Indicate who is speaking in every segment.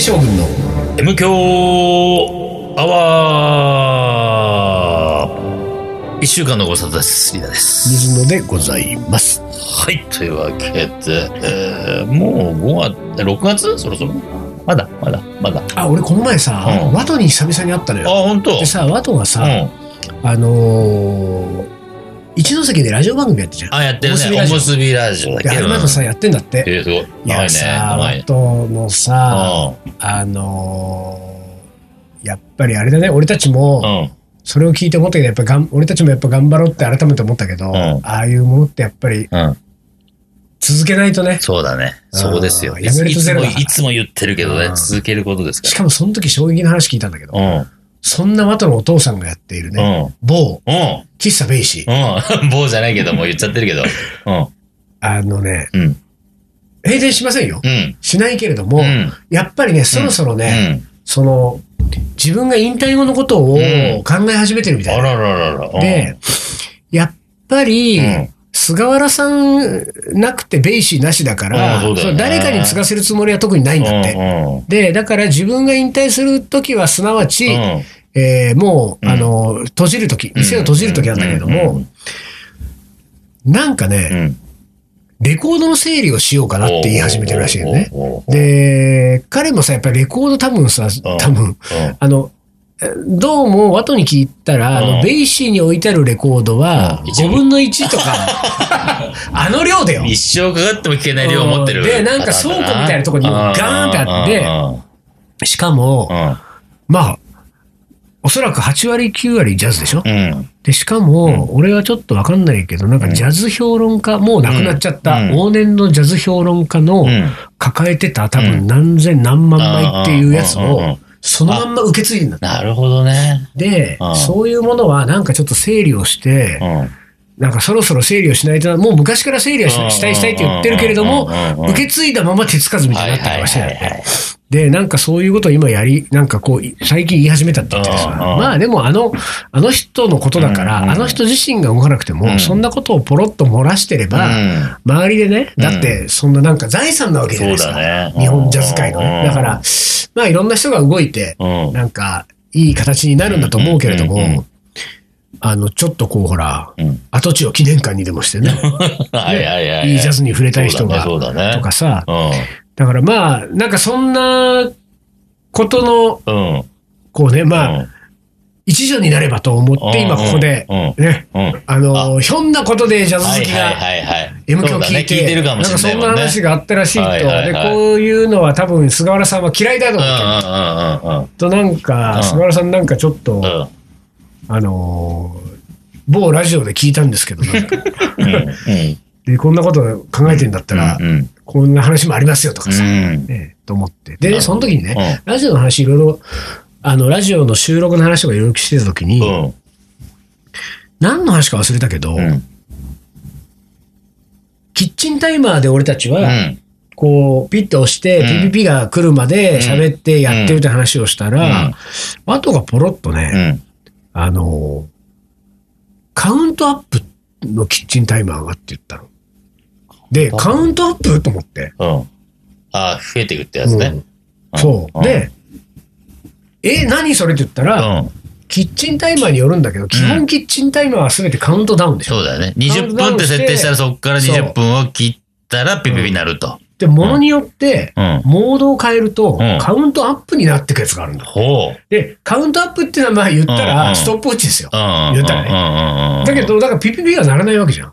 Speaker 1: 将軍の
Speaker 2: M 強アワー一週間のご無沙汰です。リーダーです。
Speaker 1: 水野でございます。
Speaker 2: はい、というわけで、えーもう5月、6月そろそろまだ、まだ、まだ。あ、
Speaker 1: あ、俺この前さ、
Speaker 2: うん
Speaker 1: ワトに久々に会ったのよ。
Speaker 2: 本当
Speaker 1: でさ、ワトが
Speaker 2: う
Speaker 1: さ、
Speaker 2: ん。
Speaker 1: あのー、一ノ関でラジオ番組やってじゃん。
Speaker 2: あ、やってるね。お
Speaker 1: お
Speaker 2: む
Speaker 1: む
Speaker 2: すびラジオだ
Speaker 1: で、
Speaker 2: け
Speaker 1: 春
Speaker 2: ど。
Speaker 1: 馬とさ、やってんだって。
Speaker 2: えー、すごい。
Speaker 1: い
Speaker 2: 長い
Speaker 1: や
Speaker 2: ね。
Speaker 1: さ、
Speaker 2: 長い
Speaker 1: ワ
Speaker 2: ね。
Speaker 1: トのさ、あのー、やっぱりあれだね、俺たち
Speaker 2: う
Speaker 1: も、
Speaker 2: ん。うん。
Speaker 1: それを聞いて思ったけど、やっぱがん俺たちもやっぱ頑張ろうって改めて思ったけど、
Speaker 2: ん
Speaker 1: ああいうものってやっぱり
Speaker 2: うん。
Speaker 1: 続けないとね、
Speaker 2: そうだね。
Speaker 1: うん
Speaker 2: そこですよ。い
Speaker 1: やめると
Speaker 2: つ
Speaker 1: ゼロ
Speaker 2: も、
Speaker 1: だから
Speaker 2: いつも言ってるけどね
Speaker 1: う。ん
Speaker 2: 続けることですか
Speaker 1: しかもその時衝撃の話聞いたんだけど、
Speaker 2: ら。うん。
Speaker 1: そんなワトのお父さんがやっている
Speaker 2: う
Speaker 1: ね、
Speaker 2: ん。
Speaker 1: 某
Speaker 2: うん。
Speaker 1: 喫茶ベイシー。
Speaker 2: うん。 棒じゃないけど、もう言っちゃってるけど。う
Speaker 1: あのね、
Speaker 2: ん。うん。
Speaker 1: 閉店しませんよ。
Speaker 2: うん。
Speaker 1: しないけれども、
Speaker 2: うん。
Speaker 1: やっぱりね、そろそろ
Speaker 2: う
Speaker 1: ね、
Speaker 2: ん。
Speaker 1: その、自分が引退後のことを考
Speaker 2: ん
Speaker 1: え始めてるみ
Speaker 2: あ
Speaker 1: たいな。
Speaker 2: らららら。うん
Speaker 1: で、やっぱり、
Speaker 2: うん
Speaker 1: 菅原さんなくてベイシーなしだから、
Speaker 2: うんそうだよね
Speaker 1: そう誰かに継がせるつもりは特にないんだって。
Speaker 2: うんうん
Speaker 1: で、だから自分が引退するときは、すなわち、
Speaker 2: うん
Speaker 1: えーもう、
Speaker 2: うん
Speaker 1: あの、閉じるとき、店を閉じるときなんだけども、なんかね、
Speaker 2: うん
Speaker 1: レコードの整理をしようかなって言い始めてるらしいよね。
Speaker 2: おうおうおうおう
Speaker 1: で、彼もさ、やっぱりレコード多分さ、多分、
Speaker 2: うん
Speaker 1: あの、えどうも、ワトに聞いたら、あ
Speaker 2: うん
Speaker 1: の、ベイシーに置いてあるレコードは、
Speaker 2: うん一部
Speaker 1: 5分の1とか、あの量だよ。
Speaker 2: 一生かかっても聞けない量を持ってる。
Speaker 1: うんでなんか倉庫みたいなとこにもうガーンってあってしかも、
Speaker 2: っ
Speaker 1: まあ、おそらく8割9割ジャズでしょ
Speaker 2: て、うん。うん。
Speaker 1: で、しかも、俺はちょっとわかんないけど、なんかジャズ評論家、もう亡くなっちゃった、
Speaker 2: うん
Speaker 1: 往年のジャズ評論家の
Speaker 2: うん
Speaker 1: 抱えてた多分何千何万枚っていうやつ
Speaker 2: うんうんうんう
Speaker 1: を
Speaker 2: ん、
Speaker 1: そのまんま受け継いでんだって。
Speaker 2: なるほどね。
Speaker 1: で
Speaker 2: うん、
Speaker 1: そういうものはなんかちょっと整理をして
Speaker 2: う、ん。
Speaker 1: なんかそろそろ整理をしないとな、もう昔から整理はし
Speaker 2: うん
Speaker 1: したいしたいって言ってるけれども
Speaker 2: うんうん、
Speaker 1: 受け継いだまま手つかずみたいになってるましたよ
Speaker 2: はいはいはい
Speaker 1: ね。で、なんかそういうことを今やり、なんかこうい、最近言い始めたって言ってたさ、
Speaker 2: うんうん
Speaker 1: まあでもあの、あの人のことだから、
Speaker 2: うんうん
Speaker 1: あの人自身が動かなくても、
Speaker 2: うん
Speaker 1: そんなことをポロッと漏らしてれば、
Speaker 2: うん
Speaker 1: 周りでね、だってそんななんか財産なわけじゃないですか。
Speaker 2: そうだね
Speaker 1: 日本ジャズ界の
Speaker 2: うんうんう
Speaker 1: ね。
Speaker 2: ん
Speaker 1: だから、まあいろんな人が動いて、
Speaker 2: うん。
Speaker 1: なんかいい形になるんだと思うけれども、
Speaker 2: うんうんうんう
Speaker 1: あの、ちょっとこうほら、
Speaker 2: うん。
Speaker 1: 跡地を記念館にでもしてね、
Speaker 2: はいはいはい。
Speaker 1: いいジャズに触れたい人が、
Speaker 2: そうだね。
Speaker 1: とかさ、
Speaker 2: そう
Speaker 1: だからまあ、なんかそんなことの、
Speaker 2: だね。うん。うん。
Speaker 1: こうね、まあ、
Speaker 2: うん、
Speaker 1: 一助になればと思って、今ここで
Speaker 2: う、ん
Speaker 1: ね、
Speaker 2: うん。うん
Speaker 1: あの、ひょんなことでジャズ
Speaker 2: は
Speaker 1: 好
Speaker 2: い
Speaker 1: き
Speaker 2: はい
Speaker 1: が、
Speaker 2: はいはい。
Speaker 1: M
Speaker 2: そ
Speaker 1: 響
Speaker 2: うだね
Speaker 1: 聞いて、
Speaker 2: てる
Speaker 1: な
Speaker 2: か
Speaker 1: ん
Speaker 2: も
Speaker 1: か
Speaker 2: し
Speaker 1: そ
Speaker 2: れ
Speaker 1: ん
Speaker 2: ない
Speaker 1: な
Speaker 2: もんね。
Speaker 1: 話があったらしいと、
Speaker 2: はいはいはい
Speaker 1: で、こういうのは多分菅原さんは嫌いだと思って、
Speaker 2: う
Speaker 1: となんか、
Speaker 2: うん
Speaker 1: 菅原さんなんかちょっと、
Speaker 2: んうんうんうん。
Speaker 1: あのー某ラジオで聞いたんですけど、なんか
Speaker 2: うん。うん。
Speaker 1: でこんなこと考えてんだったら、
Speaker 2: うんうん
Speaker 1: こんな話もありますよとかさ、
Speaker 2: うん
Speaker 1: ねと思って。
Speaker 2: なる
Speaker 1: で、
Speaker 2: ほど
Speaker 1: その時にね、ラジオの話いろいろ、あの、ラジオの収録の話とかいろいろしてた時に、
Speaker 2: うん
Speaker 1: 何の話か忘れたけど、
Speaker 2: うん
Speaker 1: キッチンタイマーで俺たちは、
Speaker 2: うん
Speaker 1: こう、ピッて押して、
Speaker 2: うん
Speaker 1: PPP が来るまで喋ってやってるって話をした
Speaker 2: う
Speaker 1: ら
Speaker 2: ん、
Speaker 1: あとがポロッとね、
Speaker 2: うん
Speaker 1: あのー、カウントアップのキッチンタイマーがって言ったの。で、
Speaker 2: カ
Speaker 1: カウントアップと思って。
Speaker 2: うんああ、増えていくってやつ
Speaker 1: う
Speaker 2: ね
Speaker 1: ん。そう。で、え、何それって言った
Speaker 2: う
Speaker 1: ら、
Speaker 2: ん、
Speaker 1: キッチンタイマーによるんだけど、基本キッチンタイマーは全てカウントダウンでしょ。
Speaker 2: そうだよね。20分って設定したらそこから20分を切ったらピピピになると。
Speaker 1: で、ものによって、
Speaker 2: うん。
Speaker 1: モードを変えると
Speaker 2: うん、
Speaker 1: カウントアップになってくやつがあるんだ。
Speaker 2: ほう。
Speaker 1: で、カウントアップっていうのは、まあ言った
Speaker 2: うんう
Speaker 1: ら、
Speaker 2: ん
Speaker 1: ストップウォッチですよ。
Speaker 2: うん。
Speaker 1: 言ったらね
Speaker 2: ね
Speaker 1: だけ。ど、だから PPP がならないわけじゃん。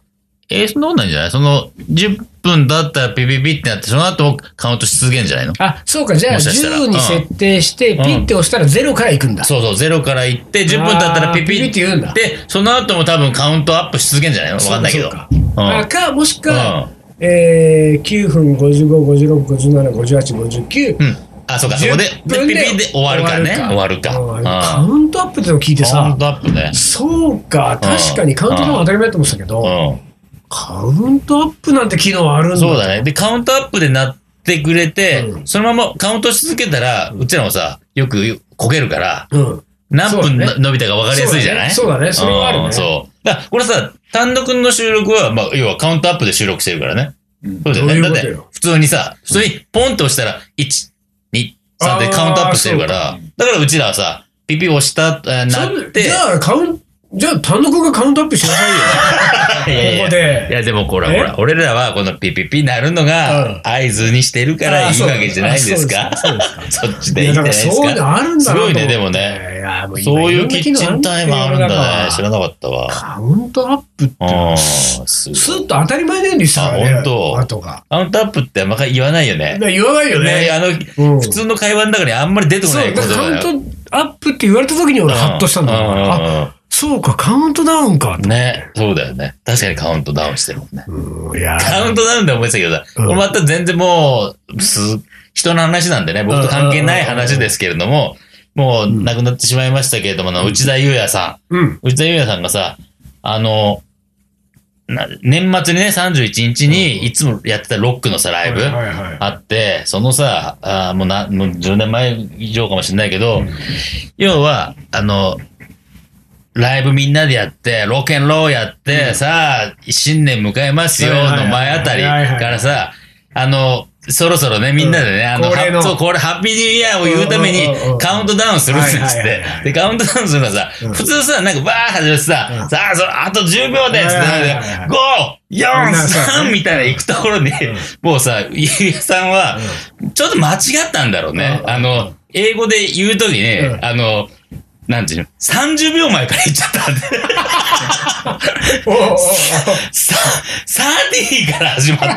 Speaker 2: えー、そんなことないんじゃないその、10分だったらピピピってなって、その後もカウントし続けるんじゃないの
Speaker 1: あ、そうか、じゃあ
Speaker 2: もしかしたら
Speaker 1: 10に設定して、
Speaker 2: ん
Speaker 1: ピッて押したら0から行くんだ。
Speaker 2: そうそう、ゼロから行って、10分だったらピピ
Speaker 1: あーピピって言うんだ
Speaker 2: で、その後も多分カウントアップし続けるんじゃないのわかんないけど。
Speaker 1: そうか
Speaker 2: うん
Speaker 1: あか、もし
Speaker 2: う
Speaker 1: か
Speaker 2: ん、
Speaker 1: えー、9分55、56、57、58、59。
Speaker 2: うん。あ、そうか、そこで、で
Speaker 1: 10分
Speaker 2: ピピピで終わるからね。終わるか。
Speaker 1: うん
Speaker 2: うん
Speaker 1: カウントアップってのを聞いて
Speaker 2: カウ
Speaker 1: さ
Speaker 2: ン、トアップね。
Speaker 1: そうか、確かにカウントダウンは当たり前だと思ってたけど、
Speaker 2: う
Speaker 1: カウントアップなんて機能あるんだ。
Speaker 2: ん。そうだね。で、カウントアップでなってくれて、
Speaker 1: うん
Speaker 2: そのままカウントし続けたら、うちらもさ、よくこけるから、
Speaker 1: うん。
Speaker 2: 何
Speaker 1: そう
Speaker 2: 分
Speaker 1: だね
Speaker 2: の伸びたか分かりやすいじゃない
Speaker 1: そうだねそうだねそれはあるね
Speaker 2: うんそう。だからこれさ、単独の収録は、まあ、要はカウントアップで収録してるからね。そうだよね。
Speaker 1: どういうこ
Speaker 2: だっ
Speaker 1: と
Speaker 2: て
Speaker 1: よ、
Speaker 2: 普通にさ、普通にポンと押したら、1、2、さんで
Speaker 1: あー
Speaker 2: カウントアップしてるから、だからうちらはさ、ピピ押した、えーなっ
Speaker 1: じ
Speaker 2: て、
Speaker 1: ゃあ、カウン、じゃあ、単独がカウントアップしなさいよ。
Speaker 2: いやいや
Speaker 1: ここで
Speaker 2: いやでもこらほら、俺らはこのピピピなるの
Speaker 1: うん
Speaker 2: が合図にしてるから
Speaker 1: あ
Speaker 2: いい
Speaker 1: そう
Speaker 2: わけじゃないですか。
Speaker 1: そうですか
Speaker 2: そっち
Speaker 1: い
Speaker 2: でいい
Speaker 1: や、
Speaker 2: んじ
Speaker 1: だ
Speaker 2: ゃ
Speaker 1: か
Speaker 2: な
Speaker 1: らそうい
Speaker 2: いです
Speaker 1: う
Speaker 2: か。
Speaker 1: のあるんだなと思って
Speaker 2: すごいねでもね。
Speaker 1: いや、もう今
Speaker 2: そういうキッチンタイムあるん
Speaker 1: いろんな
Speaker 2: だね。知
Speaker 1: 機能
Speaker 2: らなかったわ。
Speaker 1: あるんだカウントアップって
Speaker 2: あーすごい
Speaker 1: スッと当たり前のようにした
Speaker 2: あ
Speaker 1: ね
Speaker 2: 本。当
Speaker 1: 後が。
Speaker 2: カウントアップってあんま言わないよね。
Speaker 1: 言わないよ
Speaker 2: ね、
Speaker 1: ね。
Speaker 2: あの、
Speaker 1: うん
Speaker 2: 普通の会話の中にあんまり出てこ
Speaker 1: そ
Speaker 2: な
Speaker 1: う、
Speaker 2: い
Speaker 1: だ
Speaker 2: こ
Speaker 1: か
Speaker 2: と
Speaker 1: ら
Speaker 2: だよ。
Speaker 1: カウントアップって言われた時に俺ハッとしたんだ
Speaker 2: う
Speaker 1: よ。あ、
Speaker 2: んうんうん
Speaker 1: そうか、カウントダウンか。
Speaker 2: ね、そうだよね。確かにカウントダウンしてるもんね。
Speaker 1: うん、いや、
Speaker 2: カウントダウンで思ってたけどさ、
Speaker 1: うん
Speaker 2: これまた全然もう、す人の話なんでね、僕と関係ない話ですけれども、もう亡くなってしまいましたけれども、あの内田祐也さ
Speaker 1: うん。
Speaker 2: ん、内田祐也さんがさ、あの、な年末にね、31日にいつもやってたロックのさ、ライブ
Speaker 1: はいはい はい
Speaker 2: あって、そのさ、あーもうな、もう10年前以上かもしれないけど、要は、あの、ライブみんなでやって、ロケンローやって、さあ、新年迎えますよ、
Speaker 1: はいはいはい
Speaker 2: の前あたり
Speaker 1: はいはいはい
Speaker 2: からさ、あの、そろそろね、みんなでね、あの、
Speaker 1: 恒例の
Speaker 2: はそう、これ、ハッピーニューイヤーを言うために
Speaker 1: うんうんうんうん、
Speaker 2: カウントダウンするっつっ
Speaker 1: は
Speaker 2: て、
Speaker 1: いはいはいはい
Speaker 2: で、カウントダウンするのはさ、
Speaker 1: うん
Speaker 2: 普通さ、なんかバー始めてさ、
Speaker 1: うん
Speaker 2: さあ、そのあと10秒ですって、
Speaker 1: はいはいはいはい
Speaker 2: 5、4、3みたいな行くところに、
Speaker 1: ん
Speaker 2: もうさ、ゆうやさんは、ちょっと間違ったんだろうね。
Speaker 1: うん
Speaker 2: あの、英語で言うとき
Speaker 1: う
Speaker 2: ね、
Speaker 1: ん
Speaker 2: あの、なんていうの ?30 秒前から言っちゃったんで。
Speaker 1: おうおうおう
Speaker 2: さ、サーティーから始ま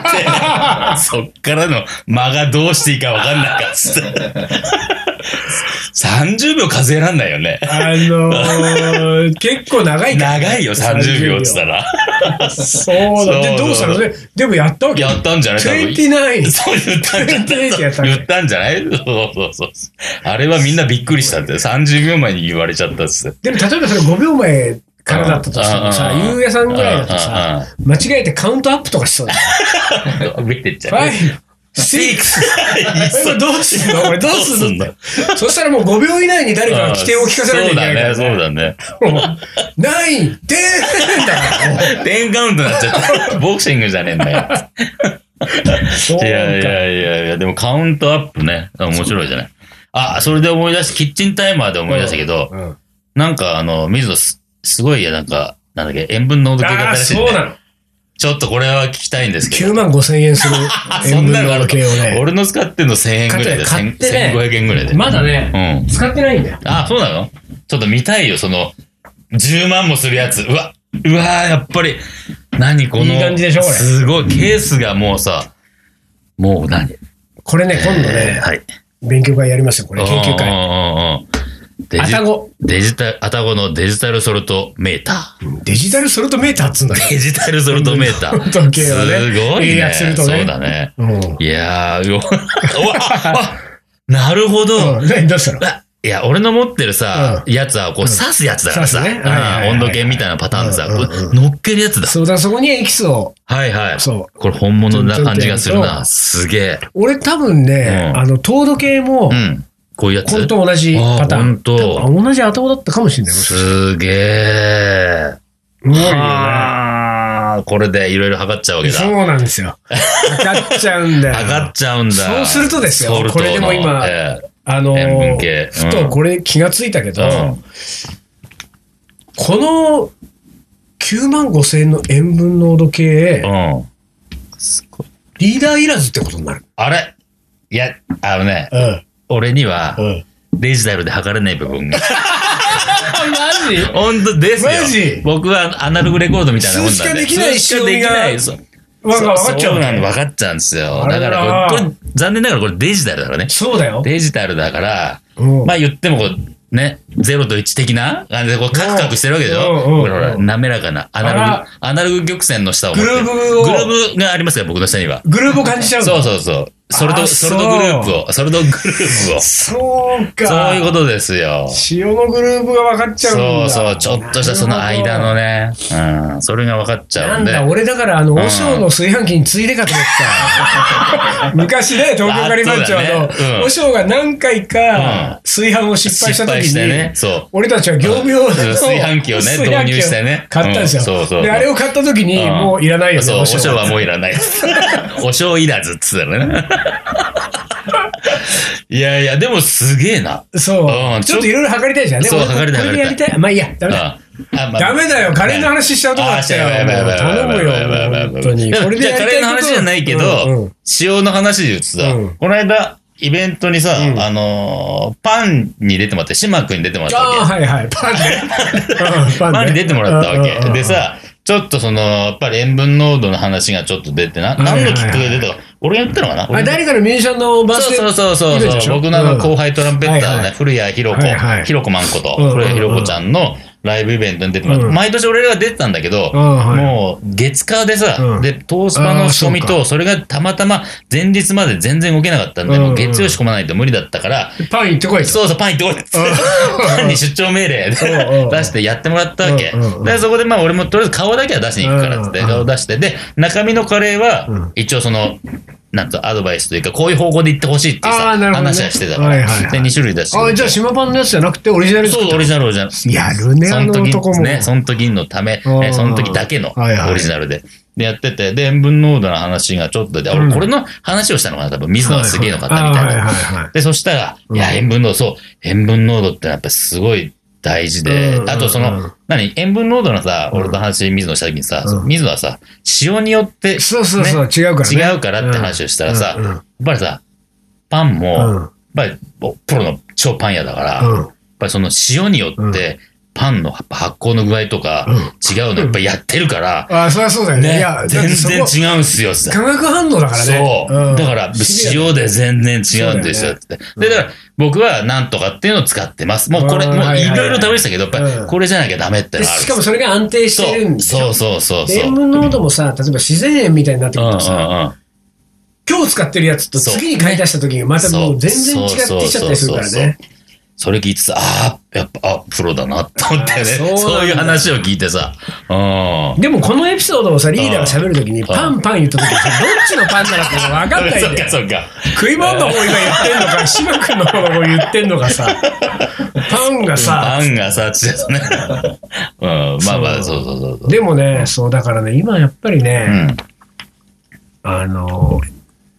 Speaker 2: って、そっからの間がどうしていいかわかんなかったっつって。30秒数えらんないよね。
Speaker 1: あのー、結構長いからね
Speaker 2: 長いよ、30秒っつったら。
Speaker 1: そうだ。で、どうしたのね。でもやったわけ。
Speaker 2: やったんじゃない多分
Speaker 1: 29。
Speaker 2: そう言ったんじゃない
Speaker 1: 28やったんだ
Speaker 2: 言ったんじゃないそうそうそう。あれはみんなびっくりしたって。30秒前に言われちゃったっす。
Speaker 1: でも例えばそれ5秒前からだったとしてもさ、
Speaker 2: うんうんうん
Speaker 1: ゆうやさんぐらいだとさ、間違えてカウントアップとかし そうだよ。
Speaker 2: 見てっちゃう。
Speaker 1: 5、6。これどうすんのこれどうすん
Speaker 2: ど
Speaker 1: のそしたらもう5秒以内に誰かが起点を聞かせなきゃいけないから。
Speaker 2: そうだね、
Speaker 1: もうナイン、テンだからも
Speaker 2: そうだね。10カウントになっちゃった。ボクシングじゃねえんだよ。
Speaker 1: う。そう
Speaker 2: いやい
Speaker 1: か。
Speaker 2: やいやいや、でもカウントアップね。あ面白いじゃない。あ、それで思い出し、キッチンタイマーで思い出したけど、
Speaker 1: うん
Speaker 2: なんかあの、水野す、すごい、なんか、なんだっけ、塩分濃度計が
Speaker 1: ああ、
Speaker 2: 新しい、
Speaker 1: そうなの。
Speaker 2: ちょっとこれは聞きたいんですけ
Speaker 1: 9
Speaker 2: ど。
Speaker 1: 万5千円する
Speaker 2: そ
Speaker 1: 塩
Speaker 2: ん
Speaker 1: 分
Speaker 2: なのあ
Speaker 1: の
Speaker 2: る
Speaker 1: 計をね。
Speaker 2: 俺の使ってんの1000円ぐらいで、
Speaker 1: 買ってね
Speaker 2: 1500円ぐらいで。
Speaker 1: まだね、
Speaker 2: うん。
Speaker 1: 使ってないんだよ。
Speaker 2: あ、そうなのちょっと見たいよ、その、10万もするやつ。うわ、うわーやっぱり、何この、
Speaker 1: いい感じでしょこれ
Speaker 2: すごい、ケースがもうさ、もう何
Speaker 1: これね、今度
Speaker 2: えー
Speaker 1: ね、
Speaker 2: はい。
Speaker 1: 勉強会やりますよ、これ。研究会。
Speaker 2: うんうんうんうん。デ
Speaker 1: あ
Speaker 2: ジ
Speaker 1: たご。
Speaker 2: デジタル、あたごのデジタルソルトメーター。
Speaker 1: デジタルソルトメーターっつうんだ よ。
Speaker 2: デジタルソルトメー ター。
Speaker 1: 時計はね
Speaker 2: すごい
Speaker 1: 英
Speaker 2: ね。
Speaker 1: 訳するとね
Speaker 2: そうだね。
Speaker 1: うん。
Speaker 2: いやー、うわ、うわあなるほど。
Speaker 1: うん何どう したの
Speaker 2: あいや、俺の持ってるさ、やつは、こう、刺すやつだからさ、
Speaker 1: 刺すねはいはいはい
Speaker 2: うん温度計みたいなパターンでさ、
Speaker 1: うんうんう
Speaker 2: 乗っけるやつだ。
Speaker 1: そうだ、そこにエキスを。
Speaker 2: はいはい。
Speaker 1: そう。
Speaker 2: これ本物な感じがする
Speaker 1: そう
Speaker 2: な。すげえ。
Speaker 1: 俺多分ね、
Speaker 2: うん
Speaker 1: あの、糖度計も
Speaker 2: う、ん。こういうや
Speaker 1: これ
Speaker 2: つ。
Speaker 1: と同じパター
Speaker 2: あ
Speaker 1: ン。
Speaker 2: 本当
Speaker 1: 多分同じ頭だったかもしれない。
Speaker 2: すげえ。
Speaker 1: もう
Speaker 2: あーこれでいろいろ測っちゃうわけだ。
Speaker 1: そうなんですよ。上がっちゃうんだよ。
Speaker 2: 上がっちゃうんだ。
Speaker 1: そうするとですよ
Speaker 2: ソルトの
Speaker 1: これでも今
Speaker 2: え
Speaker 1: あの
Speaker 2: 塩分計
Speaker 1: ー、ふとこれ気がついたけ
Speaker 2: え
Speaker 1: ど、この9万5千円の塩分濃度計
Speaker 2: う、ん。うん。すごい。
Speaker 1: リーダーいらずってことになる。
Speaker 2: あれいや、あのね、
Speaker 1: うん。
Speaker 2: 俺には
Speaker 1: うん。
Speaker 2: デジタルで測れない部分が。
Speaker 1: マジ
Speaker 2: 本当ですよ。
Speaker 1: マジ
Speaker 2: 僕はアナログレコードみたいなもんなんで。
Speaker 1: 数しかできない
Speaker 2: 数しかできない。そう
Speaker 1: わかわかっちゃう
Speaker 2: そう
Speaker 1: ね
Speaker 2: なの分かっちゃうんですよ。
Speaker 1: あれだ
Speaker 2: だか
Speaker 1: な
Speaker 2: らこれ、これ残念ながらこれデジタルだからね。
Speaker 1: そうだよ。
Speaker 2: デジタルだから、
Speaker 1: うん
Speaker 2: まあ言ってもこう、ね、0と1的な感じでこうカクカクしてるわけでしょ
Speaker 1: うんうんうん
Speaker 2: ほらほら、滑らかなアナ
Speaker 1: あ
Speaker 2: ロ
Speaker 1: ら
Speaker 2: グ、アナログ曲線の下を持って
Speaker 1: グルーブを
Speaker 2: グルーブがありますから僕の下には。
Speaker 1: グループを感じちゃうんだ
Speaker 2: そうそうそう。それ
Speaker 1: あ
Speaker 2: と、
Speaker 1: そ
Speaker 2: そうれとグループを、それとグルー プを。そ
Speaker 1: そうか。
Speaker 2: ういうことですよ。
Speaker 1: 塩のグループが分かっちゃ
Speaker 2: そううん
Speaker 1: だ。
Speaker 2: そう、ちょっとしたその間のね、うん、それが分かっちゃ
Speaker 1: な
Speaker 2: うん
Speaker 1: ん
Speaker 2: で。
Speaker 1: だ、俺だから、あの、和尚の炊飯器についでかと思って た。昔ね、東京カリバンチョ
Speaker 2: あそうだねう
Speaker 1: の、
Speaker 2: ん
Speaker 1: 和尚が何回
Speaker 2: うん
Speaker 1: か炊飯を失敗した時
Speaker 2: 失
Speaker 1: に、
Speaker 2: 敗してね。そう。
Speaker 1: 俺たちは業務用の
Speaker 2: うん炊飯器をね
Speaker 1: 炊飯器を
Speaker 2: 導入してね
Speaker 1: 買ったんですよ。
Speaker 2: うんそうそう
Speaker 1: で、あれを買った時に、
Speaker 2: うん
Speaker 1: もういらないよね、
Speaker 2: そう、お
Speaker 1: 和尚
Speaker 2: 塩はもういらないです。お塩いらずっつったらね。いやいや、でもすげえな。
Speaker 1: そうう。
Speaker 2: ん
Speaker 1: ちょっといろいろ測りたいじゃんね。
Speaker 2: そう
Speaker 1: 俺も
Speaker 2: 測りたい
Speaker 1: これでやりたい。まあいいや、ダメだ。ダメだよ。カレーの話しちゃうとこだったよ。
Speaker 2: あやばいやばいやばいやばいやばいやば
Speaker 1: 頼むよ。本
Speaker 2: い
Speaker 1: 当に。
Speaker 2: でも
Speaker 1: これで
Speaker 2: じゃ
Speaker 1: や
Speaker 2: あ
Speaker 1: り
Speaker 2: カ
Speaker 1: た
Speaker 2: レ
Speaker 1: い
Speaker 2: ーの話じゃないけ
Speaker 1: うんう
Speaker 2: ど
Speaker 1: ん、
Speaker 2: 塩の話で言うとさ
Speaker 1: うん、
Speaker 2: この間、イベントにさ、
Speaker 1: うん
Speaker 2: あのー、パンに出てもらって、島君に出てもらった
Speaker 1: ああ、
Speaker 2: わけ。
Speaker 1: はいはい。パンねうん。
Speaker 2: パンに出てもらったわ
Speaker 1: うんうんう
Speaker 2: け。
Speaker 1: ん
Speaker 2: でさ、ちょっとその、やっぱり塩分濃度の話がちょっと出てな、
Speaker 1: はいはいはい
Speaker 2: 何のきっかけで出たか、俺が言ったのかな
Speaker 1: あ、誰かのミュージシャンのバース
Speaker 2: そう
Speaker 1: デー
Speaker 2: そうそうそう
Speaker 1: イベントでしょ
Speaker 2: 僕のあ
Speaker 1: うん
Speaker 2: の後輩トランペッ
Speaker 1: は
Speaker 2: ター
Speaker 1: い
Speaker 2: の
Speaker 1: はい
Speaker 2: ね、古谷ひろ子、
Speaker 1: はいはい
Speaker 2: ひろこまんこと、
Speaker 1: うんうんうん
Speaker 2: 古谷ひろこちゃんのライブイベントに出てもらって、
Speaker 1: うん
Speaker 2: 毎年俺らが出てたんだけど、
Speaker 1: うんはい
Speaker 2: もう月火でさ、
Speaker 1: うん
Speaker 2: で、トースパの仕込み
Speaker 1: あーそう
Speaker 2: と、それがたまたま前日まで全然動けなかったんで、
Speaker 1: うんうん
Speaker 2: もう月曜仕込まないと無理だったから、
Speaker 1: パン行ってこいと。
Speaker 2: そうそう、パン行ってこいっつって
Speaker 1: うん
Speaker 2: パンに出張命令で
Speaker 1: うんうん
Speaker 2: 出してやってもらったわけ。
Speaker 1: うんうんうん
Speaker 2: で、そこでまあ俺もとりあえず顔だけは出しに行くからっつって
Speaker 1: うんうん
Speaker 2: 顔出して、で、中身のカレー
Speaker 1: う
Speaker 2: は
Speaker 1: ん
Speaker 2: 一応その、なんとアドバイスというか、こういう方向で行ってほしいっていうさ、
Speaker 1: あーなるほどね
Speaker 2: 話はしてたから、
Speaker 1: はいはいはい
Speaker 2: で、2種類出してくれ
Speaker 1: あ、
Speaker 2: て
Speaker 1: じゃあ島パンのやつじゃなくてオリジナル
Speaker 2: そう、オリジナルオリジナル。
Speaker 1: やるね、
Speaker 2: そ
Speaker 1: あ
Speaker 2: の
Speaker 1: の
Speaker 2: 時
Speaker 1: 男も。
Speaker 2: ね、その時のため、
Speaker 1: うん
Speaker 2: えその時だけの
Speaker 1: はいはい
Speaker 2: オリジナルで。で、やってて、で、塩分濃度の話がちょっとで、
Speaker 1: うん
Speaker 2: 俺、これの話をしたのかな、多分、水野がすげえのかったみたい
Speaker 1: はい
Speaker 2: な
Speaker 1: は。いはい。
Speaker 2: で、そしたら、
Speaker 1: うん
Speaker 2: いや、塩分濃度、そう、塩分濃度ってやっぱすごい大事で
Speaker 1: う、ん
Speaker 2: あとそ
Speaker 1: うん
Speaker 2: の、何、塩分濃度のさ、
Speaker 1: うん
Speaker 2: 俺と話、水野した時にさ
Speaker 1: う、ん
Speaker 2: 水野はさ、塩によって
Speaker 1: そうそうそう、違うからね。
Speaker 2: 違うからって話をしたらさ、
Speaker 1: うんうん
Speaker 2: やっぱりさ、パンも、
Speaker 1: うん
Speaker 2: やっぱりプロの超パン屋だから、やっ
Speaker 1: うん。
Speaker 2: ぱりその塩によ
Speaker 1: う
Speaker 2: って、パンの発酵の具合とか
Speaker 1: うん、
Speaker 2: 違うのやっぱりやってるから、
Speaker 1: あ、そりゃそうだよね。い
Speaker 2: ね
Speaker 1: や、、だっ
Speaker 2: 全
Speaker 1: てそこ
Speaker 2: 然違うんすよ、さ。
Speaker 1: 化学反応だからね。
Speaker 2: そう。
Speaker 1: ん
Speaker 2: だから、塩で全然違うんですよって。で、だから、僕はなんとかっていうのを使ってます。もうこれ、
Speaker 1: うん
Speaker 2: も
Speaker 1: は
Speaker 2: う
Speaker 1: い
Speaker 2: い
Speaker 1: はい
Speaker 2: ろいろ試したけど、やっぱ
Speaker 1: うん
Speaker 2: り、これじゃなきゃダメって
Speaker 1: で
Speaker 2: のある。
Speaker 1: しかもそれが安定してるんでし
Speaker 2: そ
Speaker 1: ょ
Speaker 2: うそうそうそう。
Speaker 1: 塩分濃度もさ、例えば自然塩みたいになって
Speaker 2: う
Speaker 1: く
Speaker 2: んう
Speaker 1: る
Speaker 2: んう
Speaker 1: とさ、
Speaker 2: ん。
Speaker 1: 今日使ってるやつと
Speaker 2: そう
Speaker 1: 次に買い出した時にまたもう全然違ってきちゃったりするから
Speaker 2: そうそうそうそう
Speaker 1: ね。
Speaker 2: それ聞いてさ、ああ、やっぱ、あ、プロだなって思ったよね。
Speaker 1: あーそうなんだ
Speaker 2: そういう話を聞いてさ。うん。
Speaker 1: でもこのエピソードをさ、リーダーが喋る時に
Speaker 2: ん
Speaker 1: パンパン言った時にさ、どっちのパンなのか分かん ないん
Speaker 2: そっ
Speaker 1: だ
Speaker 2: か
Speaker 1: よ。
Speaker 2: そっか。
Speaker 1: 食い物の方が言ってんのか、島君の方が言ってんのかさ、パンがさ、
Speaker 2: 案がさ、ちですね。 うん。まあまあ、
Speaker 1: そ
Speaker 2: そううそうそうそう。
Speaker 1: でもね、そうだからね、今やっぱりね、
Speaker 2: うん。
Speaker 1: あの、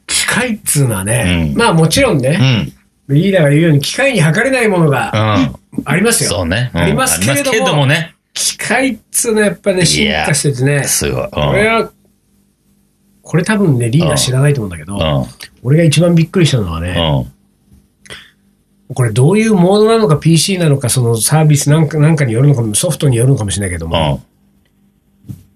Speaker 1: 機械っつうのはね、
Speaker 2: うん
Speaker 1: まあもちろん
Speaker 2: う
Speaker 1: ね、
Speaker 2: ん。
Speaker 1: リーダーが言うように機械に測れないものが
Speaker 2: うん。
Speaker 1: あります
Speaker 2: そ
Speaker 1: よ。
Speaker 2: うね。うん
Speaker 1: ありますけれども
Speaker 2: ありね。
Speaker 1: 機械っつうのはやっぱね、進化しててね、
Speaker 2: すごい。うん
Speaker 1: これは、これ多分ね、リーダー知らないと思うんだけど、
Speaker 2: う
Speaker 1: 俺が一番びっくりしたのはね、
Speaker 2: ん。うん。
Speaker 1: これどういうモードなのか PC なのか、そのサービスなんかなんかによるのかも、ソフトによるのかもしれないけど
Speaker 2: う
Speaker 1: も、
Speaker 2: ん。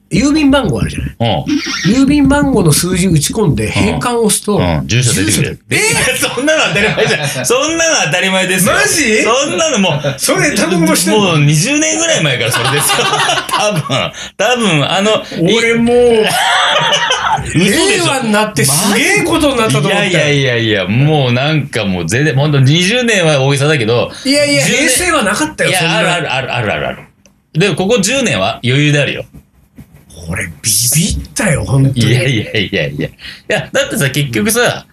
Speaker 1: 郵便番号あるじゃない。
Speaker 2: う
Speaker 1: 郵便番号の数字打ち込んで変換を押すと、
Speaker 2: ん。うん。住所出てくる。え そんなの当たり前じゃ ん。そんなの当たり前ですよ。
Speaker 1: マジ
Speaker 2: そんなのもう。
Speaker 1: それ頼もうしてんの
Speaker 2: もう20年ぐらい前からそれですよ。 多分。多分、あの、
Speaker 1: 俺もう、
Speaker 2: 嘘で
Speaker 1: 令
Speaker 2: しょ
Speaker 1: 和になってすげえことになったと思っ
Speaker 2: い
Speaker 1: た
Speaker 2: や
Speaker 1: よ。
Speaker 2: いやいやいや、もうなんかもう全然、本当20年は大げさだけど、
Speaker 1: いやいや、
Speaker 2: 10年
Speaker 1: 平成はなかったよ、
Speaker 2: い
Speaker 1: そん
Speaker 2: や、あるあ
Speaker 1: な。
Speaker 2: るあるあるあるある。でもここ10年は余裕であるよ。
Speaker 1: 俺、ビビったよ、本当に。
Speaker 2: いやいやいやいや。いや、だってさ、結局さ、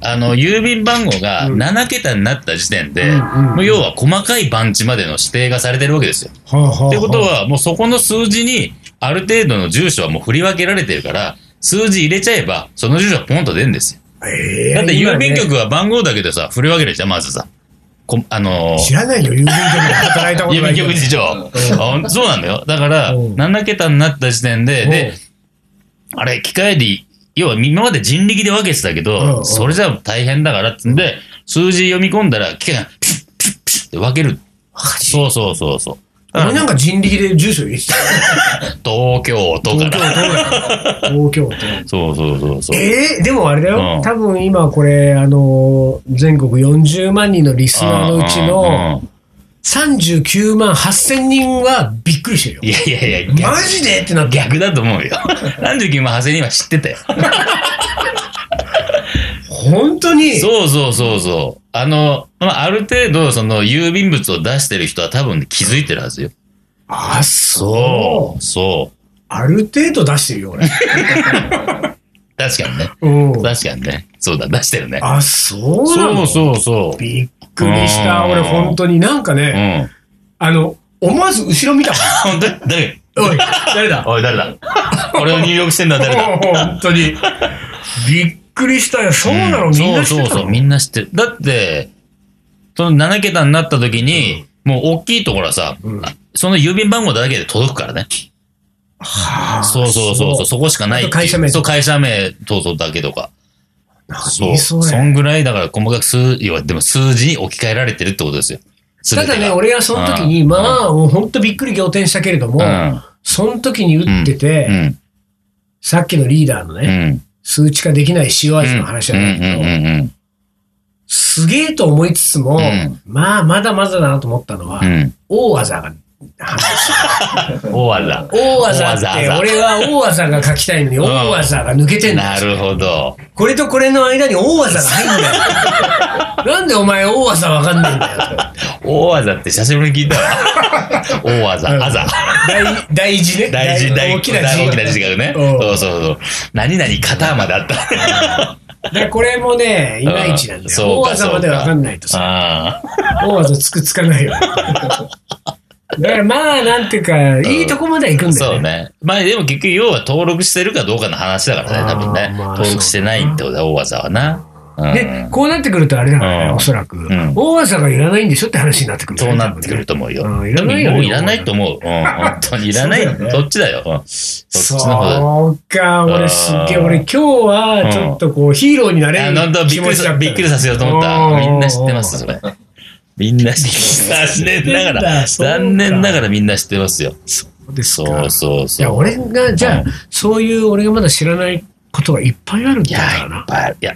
Speaker 2: あの、郵便番号が
Speaker 1: うん
Speaker 2: 7桁になった時点で、
Speaker 1: うんうんうん
Speaker 2: もう要は細かい番地までの指定がされてるわけですよ。
Speaker 1: はあはあはあ
Speaker 2: ってことは、もうそこの数字に、ある程度の住所はもう振り分けられてるから、数字入れちゃえば、その住所がポンと出るんですよ。
Speaker 1: ええ
Speaker 2: だって
Speaker 1: 今
Speaker 2: 郵
Speaker 1: ね
Speaker 2: 便局は番号だけでさ、振り分けるじゃん、まずさ。こあのー
Speaker 1: 知らないよ、郵便局で働いたこと
Speaker 2: 郵
Speaker 1: ない
Speaker 2: 便
Speaker 1: けど。
Speaker 2: 局事情。あそうなんだよ。だから、
Speaker 1: うん
Speaker 2: 7桁になった時点で、で、あれ、機械で、要は今まで人力で分けてたけ
Speaker 1: うんう
Speaker 2: ど、
Speaker 1: ん
Speaker 2: それじゃ大変だからっつんで、数字読み込んだら、機械がピッピッピッって分ける。そうそうそうそ
Speaker 1: お
Speaker 2: う。
Speaker 1: う
Speaker 2: だか
Speaker 1: 俺
Speaker 2: ら
Speaker 1: なんか人力で住所入れてたよ。
Speaker 2: 東京都
Speaker 1: 東京
Speaker 2: か
Speaker 1: 都
Speaker 2: ら。
Speaker 1: だよ東京都。
Speaker 2: そうそうそうそう。
Speaker 1: ええでもあれだよ、
Speaker 2: うん
Speaker 1: 多分今これ、あのー全国40万人のリスナーのうちの、
Speaker 2: うんうん
Speaker 1: 39万8000人はびっくりしてるよ
Speaker 2: い。やいやいや、
Speaker 1: マジでってなって。
Speaker 2: 逆だと思う よ。39万8000人は知ってたよ。
Speaker 1: 本当に。
Speaker 2: そうそうそうそう。あの、まあ、ある程度、その、郵便物を出してる人は多分気づいてるはずよ。
Speaker 1: あ、そ
Speaker 2: そ
Speaker 1: う。
Speaker 2: う。そう。
Speaker 1: ある程度出してるよ、 俺。
Speaker 2: 確かにね。
Speaker 1: うん。
Speaker 2: 確かにね。そうだ、出してるね。
Speaker 1: あ、そうな
Speaker 2: そ
Speaker 1: の
Speaker 2: うそうそ
Speaker 1: びっくりした。
Speaker 2: うん
Speaker 1: 俺、本当になんか
Speaker 2: う。う
Speaker 1: ね、
Speaker 2: ん。
Speaker 1: あの、思わず後ろ見たもん。
Speaker 2: 本当に誰
Speaker 1: おい、誰だ
Speaker 2: おい、誰だ俺を入力してんだ、誰だ
Speaker 1: 本当に。びっくりしたよ。そうなの、
Speaker 2: ん
Speaker 1: みんな知ってたの
Speaker 2: そうそうそう、みんな知ってる。だって、その7桁になった時に、もう大きいところはさ、
Speaker 1: うん
Speaker 2: あその郵便番号だけで届くからね。
Speaker 1: はあ
Speaker 2: そうそうそうそう、。そこしかないってい
Speaker 1: あ
Speaker 2: う
Speaker 1: と会社名とか
Speaker 2: そう、会社名、そうそうだけとか。
Speaker 1: そ。
Speaker 2: そうう。
Speaker 1: そ
Speaker 2: そ
Speaker 1: れ
Speaker 2: んぐらい、だから細かく数、いや、でも数字に置き換えられてるってことですよ。
Speaker 1: ただ
Speaker 2: 全て
Speaker 1: ね、
Speaker 2: が
Speaker 1: 俺はその時に、
Speaker 2: うん
Speaker 1: まあ、もう本当びっくり仰天したけれども、
Speaker 2: うん
Speaker 1: その時に打ってて、
Speaker 2: うん。
Speaker 1: さっきのリーダーの
Speaker 2: う
Speaker 1: ね、
Speaker 2: ん。
Speaker 1: 数値化できない塩味の話
Speaker 2: うん
Speaker 1: なんだけど、
Speaker 2: うんうんうん
Speaker 1: すげえと思いつつも、
Speaker 2: うん
Speaker 1: まあ、まだまだだなと思ったのは、
Speaker 2: うん。
Speaker 1: 大技が、
Speaker 2: 大技。
Speaker 1: 大技って、俺は大技が書きたいのに、
Speaker 2: ん
Speaker 1: 大技が抜けてんだ
Speaker 2: な
Speaker 1: よ。
Speaker 2: るほど。
Speaker 1: これとこれの間に大技が入 んだよ。なんでお前大技わかんないんだよ。
Speaker 2: 大技って久しぶりに聞いた わ。大技、あざ。
Speaker 1: 大大事ね。
Speaker 2: 大事、大
Speaker 1: 大きな事
Speaker 2: 大きな字がね。
Speaker 1: うん
Speaker 2: そうそうそう。何々型まであった。
Speaker 1: で、これもね、いまいちなんだよ。
Speaker 2: うん
Speaker 1: 大技までわかんないとさ、
Speaker 2: ああ。
Speaker 1: 大技つくつかないよ。 だからまあ、なんていうか、いいとこまでは行くんだよ
Speaker 2: そ
Speaker 1: ね。
Speaker 2: うね。まあでも結局要は登録してるかどうかの話だからね、多分
Speaker 1: あ
Speaker 2: ね
Speaker 1: ー。まあ
Speaker 2: 登録してないってことだ、大技はな。うん
Speaker 1: で、こうなってくるとあれだから
Speaker 2: う
Speaker 1: ね、
Speaker 2: ん
Speaker 1: おそらく
Speaker 2: ん。
Speaker 1: 大技がいらないんでしょって話になってくるよ
Speaker 2: そ
Speaker 1: ね。
Speaker 2: うなってくると思うよ。
Speaker 1: う
Speaker 2: も
Speaker 1: ん
Speaker 2: う
Speaker 1: いらないよね
Speaker 2: いらないと思う。うん、本当にいらない。
Speaker 1: そうだよね
Speaker 2: どっちだよ。うんそっちの方だ。
Speaker 1: そうか、俺すっげえ、俺今日はちょっとこうヒーローになれ
Speaker 2: あの、
Speaker 1: る
Speaker 2: び
Speaker 1: 気
Speaker 2: っく
Speaker 1: 持
Speaker 2: り
Speaker 1: ちだ
Speaker 2: さ、
Speaker 1: った
Speaker 2: びっくりさせようと思った
Speaker 1: お。ー
Speaker 2: みんな知ってます、 それ。みんな知ってます。残念ながら、
Speaker 1: そうか
Speaker 2: 残念ながらみんな知ってますよ。
Speaker 1: そうです
Speaker 2: そ
Speaker 1: か
Speaker 2: う。そうそ
Speaker 1: い
Speaker 2: う。
Speaker 1: や、俺が、じゃあ
Speaker 2: うん、
Speaker 1: そういう俺がまだ知らないことがいっぱいあるん
Speaker 2: い
Speaker 1: だ
Speaker 2: や
Speaker 1: か、ら
Speaker 2: いっ
Speaker 1: な。
Speaker 2: ぱいある。いや、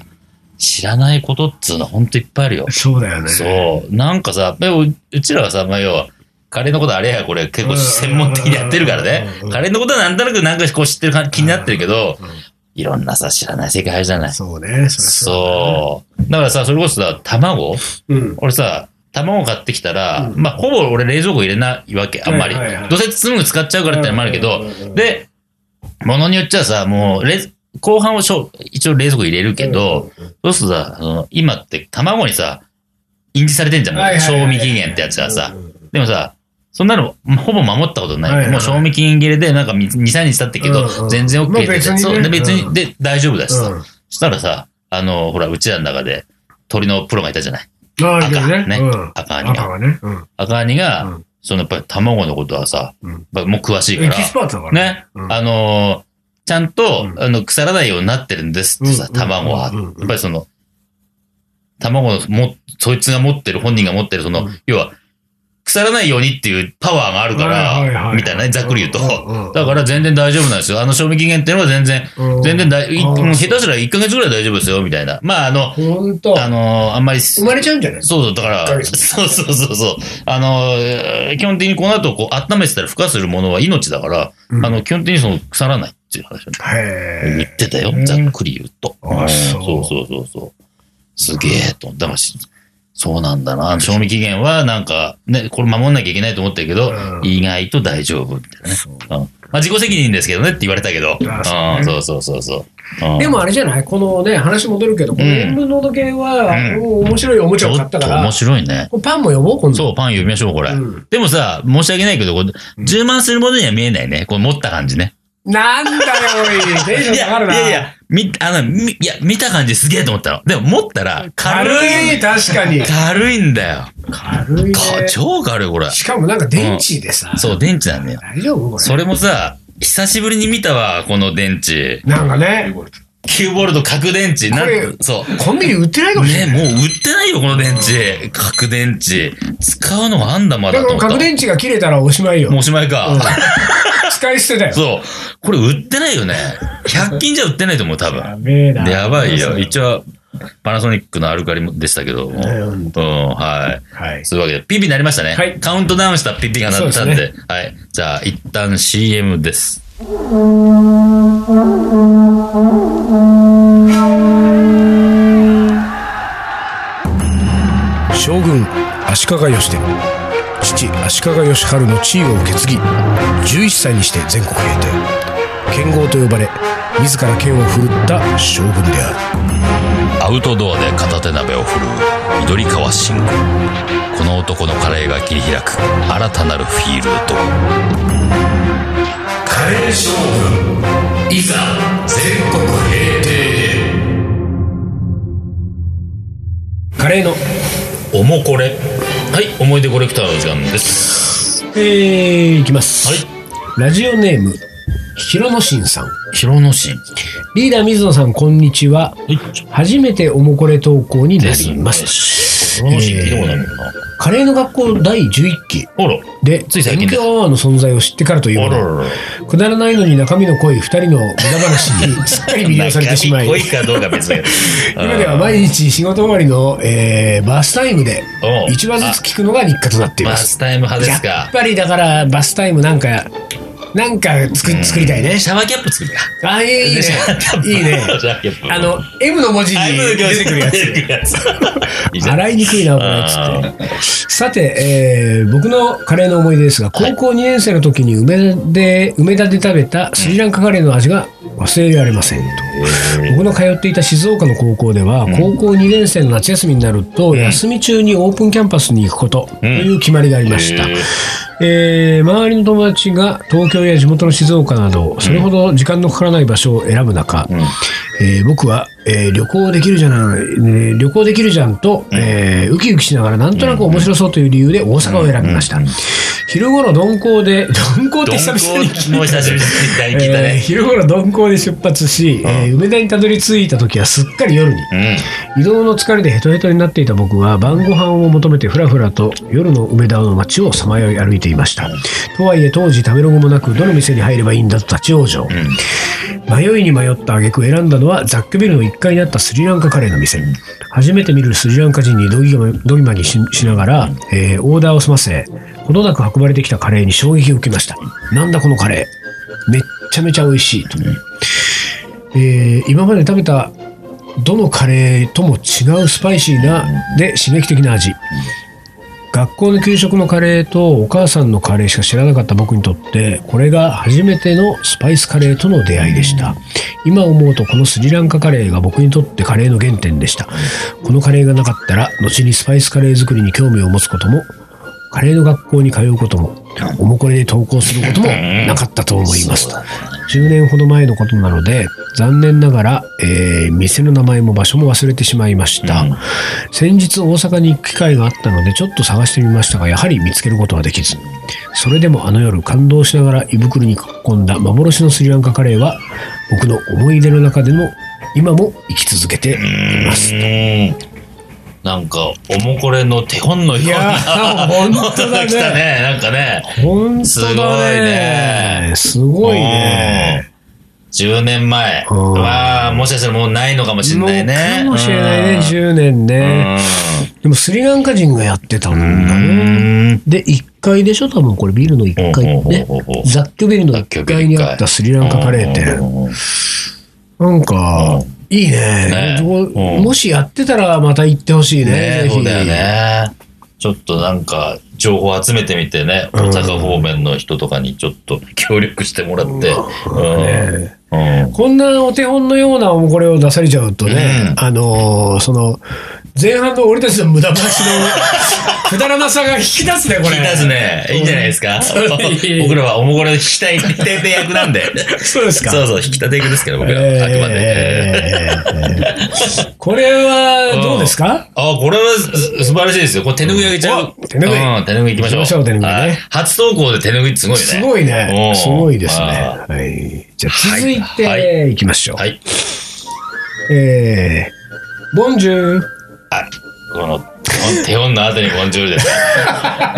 Speaker 2: 知らないことっつうのはほんといっぱいあるよ。
Speaker 1: そうだよね。
Speaker 2: そう。なんかさ、でもうちらはさ、まあ要は、カレーのことあれやこれ結構専門的にやってるからね
Speaker 1: うんうんうんうん。
Speaker 2: カレーのことはなんとなくなんかこう知ってるか気になってるけど
Speaker 1: うんうん、
Speaker 2: いろんなさ、知らない世界あるじゃない。
Speaker 1: そうね。そ
Speaker 2: そう。だからさ、それこそさ、卵
Speaker 1: りゃそうだうん。
Speaker 2: 俺さ、卵買ってきたら、
Speaker 1: うん
Speaker 2: まあ、ほぼ俺冷蔵庫入れないわけ、あんまり。
Speaker 1: はいはいはい
Speaker 2: どうせすぐ使っちゃうからってのもあるけど、
Speaker 1: うんうんうんうん
Speaker 2: で、ものによっちゃさ、もう、冷後半をしょ一応冷蔵庫入れるけど、
Speaker 1: うんうん
Speaker 2: そうするとさ、その今って卵にさ、印字されてんじゃん、もう
Speaker 1: はいはいはい
Speaker 2: 賞
Speaker 1: はい
Speaker 2: 味期限ってやつがさ
Speaker 1: う。んうん
Speaker 2: でもさ、そんなの、ほぼ守ったことない。
Speaker 1: はいはいはい
Speaker 2: もう賞味期限切れで、なんか2、3日経ったけど、
Speaker 1: うんうん
Speaker 2: 全然 OK
Speaker 1: もう
Speaker 2: で、
Speaker 1: 別にね
Speaker 2: そうで別
Speaker 1: う
Speaker 2: に、
Speaker 1: ん
Speaker 2: で、大丈夫だしさ。
Speaker 1: うん
Speaker 2: したらさ、あの、ほら、うちらの中で、鳥のプロがいたじゃない。
Speaker 1: ああ、いい
Speaker 2: 赤
Speaker 1: ね。
Speaker 2: ね
Speaker 1: うん。
Speaker 2: 赤アニ
Speaker 1: 赤
Speaker 2: が。
Speaker 1: はね。うん
Speaker 2: 赤アニが、
Speaker 1: うん
Speaker 2: そのやっぱり卵のことはさ、
Speaker 1: うん
Speaker 2: やっぱもう詳しいか
Speaker 1: エ
Speaker 2: ら
Speaker 1: キ、スパートだから。
Speaker 2: ね、
Speaker 1: うん
Speaker 2: あのーちゃんと、
Speaker 1: うん
Speaker 2: あの、腐らないようになってるんですってさ、
Speaker 1: うん
Speaker 2: 卵は。
Speaker 1: うんうん
Speaker 2: やっぱりその、卵のも、そいつが持ってる、本人が持ってる、その、
Speaker 1: うん
Speaker 2: 要は、腐らないようにっていうパワーがあるか
Speaker 1: はいはいは
Speaker 2: ら、
Speaker 1: い
Speaker 2: みたいなね、ざっくり言うと。
Speaker 1: うんうんうん
Speaker 2: だから全然大丈夫なんですよ。あの賞味期限っていうのは全然、
Speaker 1: うん
Speaker 2: 全然大、い
Speaker 1: あー
Speaker 2: もう下手したら1ヶ月ぐらい大丈夫ですよ、みたいな。まあ、あの、
Speaker 1: ほんと。
Speaker 2: あのーあんまり、
Speaker 1: 生まれちゃうんじゃない
Speaker 2: そうそう、だから、
Speaker 1: 1ヶ月
Speaker 2: そうそうそうそう。あの、えー基本的にこの後、こう、温めてたら孵化するものは命だから、
Speaker 1: うん
Speaker 2: あの、基本的にその、腐らないっていう話をね言
Speaker 1: へ
Speaker 2: ってたよ
Speaker 1: へー、
Speaker 2: ざっくり言うと。
Speaker 1: あ
Speaker 2: ん
Speaker 1: そう
Speaker 2: そうそうそうそう。すげえと。だからし、そうなんだな。賞味期限は、なんか、ね、これ守んなきゃいけないと思ったけど、
Speaker 1: うん
Speaker 2: 意外と大丈夫みたいなね。
Speaker 1: そう
Speaker 2: うんまあ、自己責任ですけどねって言われたけど、
Speaker 1: あ
Speaker 2: うん
Speaker 1: そ
Speaker 2: そうそうそうそう。うん
Speaker 1: え。でもあれじゃないこのね、話戻るけど、この
Speaker 2: うん
Speaker 1: 塩分濃度計は、
Speaker 2: うん
Speaker 1: もう面白いおもち
Speaker 2: ち
Speaker 1: ゃを
Speaker 2: ょ
Speaker 1: 買っ
Speaker 2: ったと
Speaker 1: から
Speaker 2: 面、白いね。
Speaker 1: これパンも呼ぼう、今度。
Speaker 2: そう、パン呼びましょう、これ。
Speaker 1: うん
Speaker 2: でもさ、申し訳ないけど、これ
Speaker 1: ん
Speaker 2: 充満するものには見えないね。これ持った感じね。
Speaker 1: なんだよ、おい。テンション
Speaker 2: い
Speaker 1: 下が
Speaker 2: や、
Speaker 1: るな。
Speaker 2: いやいや、み、あの、み、いや、見た感じすげえと思ったの。でも持ったら、軽
Speaker 1: 軽
Speaker 2: い。
Speaker 1: い、確かに。
Speaker 2: 軽いんだよ。
Speaker 1: 軽いね。
Speaker 2: か超軽い、これ。
Speaker 1: しかもなんか電池でさ。
Speaker 2: そう、電池なんだよ。
Speaker 1: 大丈夫これ。
Speaker 2: それもさ、久しぶりに見たわ、この電池。
Speaker 1: なんかね、
Speaker 2: 9ボルト核電池。な
Speaker 1: これ
Speaker 2: んそ
Speaker 1: コンビニ売ってないか
Speaker 2: う。
Speaker 1: もしれ
Speaker 2: ね、
Speaker 1: ない。
Speaker 2: もう売ってないよ、この電池。核電池。使うのがあんだ、まだ
Speaker 1: だ
Speaker 2: と
Speaker 1: か
Speaker 2: 思
Speaker 1: ら
Speaker 2: った。
Speaker 1: 核電池が切れたらおしまいよ
Speaker 2: もう。おしまいか。
Speaker 1: うん使い捨てだよ。
Speaker 2: そう。これ売ってないよね。100均じゃ売ってないと思う、多分。
Speaker 1: やべえな。
Speaker 2: でやばいよ。
Speaker 1: 応。
Speaker 2: 一応、パナソニックのアルカリもでしたけども。
Speaker 1: ね
Speaker 2: う
Speaker 1: ほ
Speaker 2: ん、
Speaker 1: ん
Speaker 2: はい。
Speaker 1: はい。
Speaker 2: そういうわけで、ピッピになりましたね。
Speaker 1: はい
Speaker 2: カウントダウンしたピッピが鳴ったんで。
Speaker 1: そう
Speaker 2: はい。じゃあ、一旦 CM です。
Speaker 3: 将軍足利義で父足利義晴の地位を受け継ぎ11歳にして全国平定剣豪と呼ばれ自ら剣を振るった将軍である
Speaker 2: アウトドアで片手鍋を振るう緑川信吾この男のカレーが切り開く新たなるフィールドカレー将軍いざ全国平定へ
Speaker 1: レーの
Speaker 2: おもこれ。はい、思い出コレクターの時間です。
Speaker 1: えー、いきます、
Speaker 2: はい、
Speaker 1: ラジオネームひろのしんさん
Speaker 2: 広野市。
Speaker 1: リーダー水野さんこんにちは
Speaker 2: はい、
Speaker 1: 初めておもこれ投稿になります
Speaker 2: す。広野市、聞いたことあるのか
Speaker 1: カレーの学校第11期
Speaker 2: な。あら、
Speaker 1: で
Speaker 2: つい最近だ
Speaker 1: MKO の存在を知ってからというも
Speaker 2: あら
Speaker 1: の
Speaker 2: らら。
Speaker 1: くだらないのに中身の濃い2人の無駄話 にすっかり魅了されてしまい
Speaker 2: 濃いかどうか別に。
Speaker 1: 今では毎日仕事終わりの、えーバスタイムで
Speaker 2: おう
Speaker 1: 1話ずつ聞くのが日課となっていま
Speaker 2: バ
Speaker 1: す
Speaker 2: スタイム派です
Speaker 1: や
Speaker 2: か
Speaker 1: っ。ぱりだからバスタイムなんかなんか作作りたいね
Speaker 2: シャワーキャップ作るか。
Speaker 1: ああい いね
Speaker 2: シャワーキャップ
Speaker 1: い いね
Speaker 2: シャワーキャップ。
Speaker 1: あの M の文字に
Speaker 2: タイムの教
Speaker 1: 出て
Speaker 2: 室
Speaker 1: くるやつ
Speaker 2: 出てくるやつ。いいじゃん
Speaker 1: 洗いにくいな、これ、つって。さて、えー僕のカレーの思い出ですが、高校2年生の時に梅田で、梅田で食べたスリランカカレーの味が忘れられませんと。僕の通っていた静岡の高校では、高校2年生の夏休みになると、休み中にオープンキャンパスに行くことという決まりがありました。
Speaker 2: えー
Speaker 1: えー周りの友達が東京や地元の静岡などそれほど時間のかからない場所を選ぶ中、えー僕は、えー旅行できるじゃない、えー旅行できるじゃんと、えーウキウキしながらなんとなく面白そうという理由で大阪を選びました、昼頃鈍行で鈍行っ
Speaker 2: 鈍
Speaker 1: て
Speaker 2: 行
Speaker 1: 久々に聞いた
Speaker 2: もう久しぶりに聞いた
Speaker 1: えー
Speaker 2: ね。
Speaker 1: 昼頃鈍行で出発し、えー梅田にたどり着いた時はすっかり夜に
Speaker 2: うん。
Speaker 1: 移動の疲れでヘトヘトになっていた僕は晩ご飯を求めてふらふらと夜の梅田の街をさまよい歩いていましたとはいえ当時食べログもなくどの店に入ればいいんだと立ち往生、迷いに迷った挙句選んだのはザックビルの1階にあったスリランカカレーの店初めて見るスリランカ人にドギマドギマにししながら、えーオーダーを済ませほどなく運ばれてきたカレーに衝撃を受けましたなんだこのカレーめっちゃめちゃ美味しいと、えー今まで食べたどのカレーとも違うスパイシーなで刺激的な味学校の給食のカレーとお母さんのカレーしか知らなかった僕にとってこれが初めてのスパイスカレーとの出会いでした今思うとこのスリランカカレーが僕にとってカレーの原点でしたこのカレーがなかったら後にスパイスカレー作りに興味を持つこともカレーの学校に通うこともおもこれで投稿することもなかったと思います10年ほど前のことなので残念ながら、えー店の名前も場所も忘れてしまいました、
Speaker 2: うん
Speaker 1: 先日大阪に行く機会があったのでちょっと探してみましたがやはり見つけることはできずそれでもあの夜感動しながら胃袋に突っ込んだ幻のスリランカカレーは僕の思い出の中でも今も生き続けています、
Speaker 2: なんか、おもこれの手本のような。
Speaker 1: 本
Speaker 2: 来たね。なんかね。
Speaker 1: 本
Speaker 2: す
Speaker 1: 当
Speaker 2: ごい
Speaker 1: だ
Speaker 2: ね
Speaker 1: ねすごいね
Speaker 2: うん。10年前
Speaker 1: うん
Speaker 2: は、もしかしたらもうないのかもしれない
Speaker 1: も
Speaker 2: ね。
Speaker 1: うかもしれないね、
Speaker 2: うん
Speaker 1: 10年ね、でもスリランカ人がやってたんだね、
Speaker 2: うん
Speaker 1: で1階でしょ多分これビルの1階ね
Speaker 2: ほうほうほうほう
Speaker 1: 雑居ビルの1階にあったスリランカカレー店
Speaker 2: うん
Speaker 1: なんか
Speaker 2: う
Speaker 1: いいね
Speaker 2: ね
Speaker 1: どう
Speaker 2: うん
Speaker 1: もしやってたらまた行ってほしいね
Speaker 2: ね
Speaker 1: ぜひ
Speaker 2: そうだよね。ちょっとなんか、情報集めてみてね、大阪方面の人とかにちょっと協力してもらって。うんうん
Speaker 1: こんなお手本のようなおもこれを出されちゃうとね、
Speaker 2: うん
Speaker 1: あのーその前半の俺たちの無駄 話のくだらなさが引き立つねこれ
Speaker 2: 聞き出すね。いいんじゃないです
Speaker 1: う
Speaker 2: か
Speaker 1: ん
Speaker 2: 僕らはおもこれを引きたいて役なんで。
Speaker 1: そうですか
Speaker 2: そうそう、引き立て役ですから、僕ら
Speaker 1: えー
Speaker 2: は。あくまで。
Speaker 1: えーこれはどうですか、
Speaker 2: あ、これはす素晴らしいですよ。これ手拭いあげちゃう。
Speaker 1: お手拭い
Speaker 2: うん手拭い行きまし
Speaker 1: 行
Speaker 2: ょう。
Speaker 1: きましょう手拭いね
Speaker 2: はい初投稿で手拭いってすごいね。
Speaker 1: すごいね
Speaker 2: うん。
Speaker 1: すごいですね。
Speaker 2: あ
Speaker 1: はい。じゃあ続い
Speaker 2: は
Speaker 1: ていきましょう。
Speaker 2: ーはい。
Speaker 1: えー、ボンジュール。
Speaker 2: あ、この、手本の後にボンジュール です。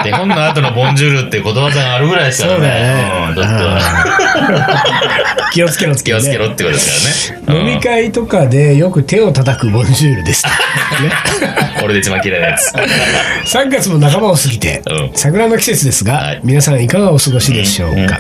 Speaker 2: 手本の後のボンジュールってことわざがあるぐらいですからね。
Speaker 1: そうだね
Speaker 2: うんちょっと
Speaker 1: 気をつけろ、
Speaker 2: 気をつけろってことですからね。
Speaker 1: 飲み
Speaker 2: うん
Speaker 1: 会とかでよく手を叩くボンジュールです。 ね、
Speaker 2: 俺で一番嫌いなや つ。
Speaker 1: 3月も半ばを過ぎて
Speaker 2: うん、
Speaker 1: 桜の季節ですが、
Speaker 2: はい
Speaker 1: 皆さんいかがお過ごしでしょうか。
Speaker 2: うんうん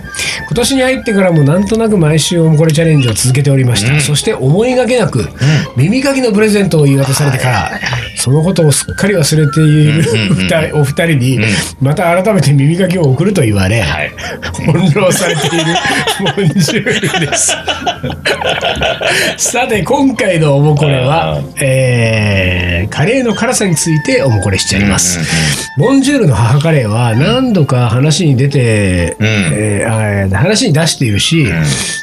Speaker 1: 今年に入ってからもなんとなく毎週おもこれチャレンジを続けておりました。
Speaker 2: うん
Speaker 1: そして思いがけなく、耳かきのプレゼントを言い渡されてから、そのことをすっかり忘れている
Speaker 2: うんうんうん
Speaker 1: 二人お二人に、また改めて耳かきを送ると言われ、
Speaker 2: はい。
Speaker 1: 翻弄されているモンジュールです。さて今回のおもこれは
Speaker 2: あ、
Speaker 1: えーカレーの辛さについておもこれしちゃいます。モンジュールの母カレーは何度か話に出て、
Speaker 2: うん
Speaker 1: えーあー話に出しているし、
Speaker 2: ん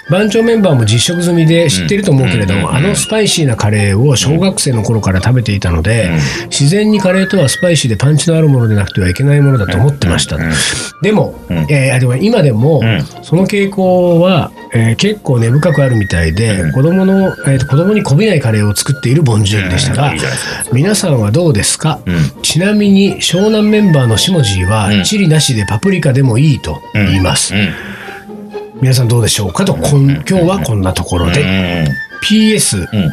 Speaker 1: 番長メンバーも実食済みで知ってると思うけれども、
Speaker 2: うんうんうん
Speaker 1: あのスパイシーなカレーを小学生の頃から食べていたので、で、自然にカレーとはスパイシーでパンチのあるものでなくてはいけないものだと思ってました。でも、
Speaker 2: うん
Speaker 1: えーでも今でも、
Speaker 2: うん
Speaker 1: その傾向は、えー結構根深くあるみたいで、
Speaker 2: うん
Speaker 1: 子供の、えーと子供にこびないカレーを作っているボンジュールでしたが、
Speaker 2: うんいいじゃないですか
Speaker 1: 皆さんはどうですか、
Speaker 2: うん
Speaker 1: ちなみに湘南メンバーの下地は、
Speaker 2: うん
Speaker 1: チリなしでパプリカでもいいと言います、
Speaker 2: う
Speaker 1: 皆さんどうでしょうかと、こん今日はこんなところ
Speaker 2: ん。
Speaker 1: で、PS
Speaker 2: うん。うん。